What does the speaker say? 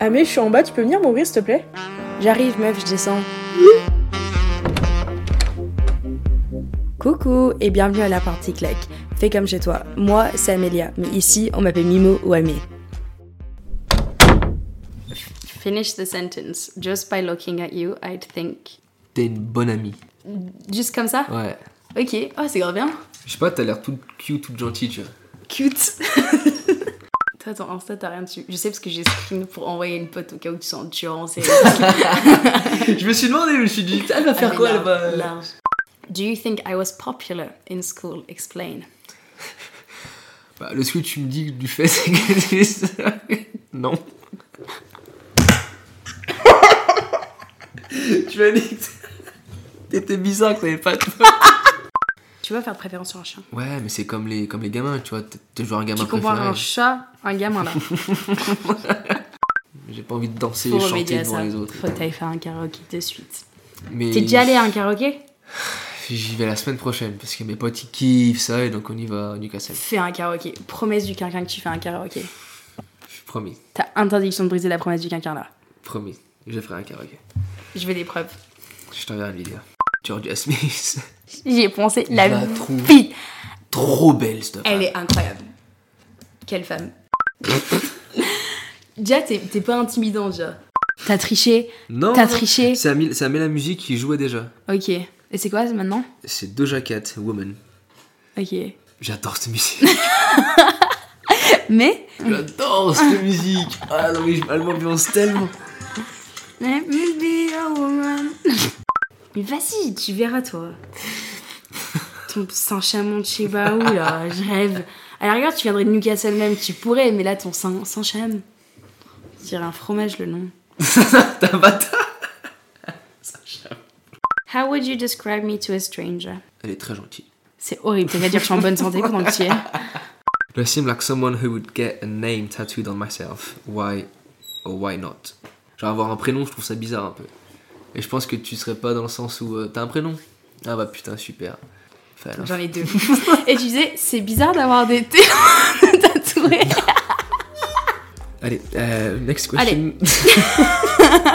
Ah mais je suis en bas, tu peux venir m'ouvrir s'il te plaît J'arrive, meuf, je descends. Coucou et bienvenue à la partie claque. Fais comme chez toi. Moi, c'est Amélia, mais ici, on m'appelle Mimo ou Amé. Finish the sentence. Just by looking at you, I'd think. T'es une bonne amie. Juste comme ça Ouais. Ok. Oh, c'est grave bien. Je sais pas, t'as l'air toute cute, toute gentille, tu vois. Cute. Toi, ton Insta, t'as rien dessus. Je sais parce que j'ai screen pour envoyer une pote au cas où tu sens tu es en série. je me suis demandé, je me suis dit, putain, elle va faire quoi, elle va. Large. Do you think I was popular in school? Explain. Bah, le ce que tu me dis du fait, c'est que c'est ça. Non. tu m'as dit que t'étais bizarre, que t'avais pas de Tu vas faire de préférence sur un chien. Ouais, mais c'est comme les, comme les gamins, tu vois. t'es- T'es toujours un gamin Tu compares préféré. un chat, un gamin là. J'ai pas envie de danser Pour et remédier à chanter devant ça, les autres. faut que t'ailles faire un karaoké de suite. Mais T'es déjà allé à un karaoké J'y vais la semaine prochaine parce que mes potes ils kiffent ça et donc on y va à Newcastle. Fais un karaoké. Promesse du quinquin que tu fais un karaoké. Promis, T'as interdiction de briser la promesse du quinquin là. promis. Je ferai un karaoké. Je veux des preuves. Je t'enverrai une vidéo. Georgia Smith. J'y ai pensé la Je la trouve vie. trop belle cette femme. Elle est incroyable. Quelle femme. déjà, t'es t'es pas intimidant déjà. T'as triché. Non, T'as non, triché. Ça met, ça met la musique qui jouait déjà. Ok. Et c'est quoi maintenant C'est Doja Cat, Woman. Ok. J'adore cette musique. Mais. J'adore cette musique. Ah non mais je- elle m'ambiance tellement. Let me be a woman. Mais vas-y, tu verras toi. Ton saint chamon de chez Baou là, je rêve. À la rigueur, tu viendrais de Newcastle même, tu pourrais, mais là, ton saint, saint cham. Je dirais un fromage le nom. T'as un bâtard. How would you describe me to a stranger? Elle est très gentille. C'est horrible, t'as qu'à dire que je suis en bonne santé pendant que tu y es. I seem like someone who would get a name tattooed on myself. Why or why not? Genre avoir un prénom, je trouve ça bizarre un peu. Et je pense que tu serais pas dans le sens où euh, t'as un prénom. Ah bah putain, super. Enfin, alors, J'en ai deux. Et tu disais, c'est bizarre d'avoir des thés tatoués. Allez, euh, next question. Allez.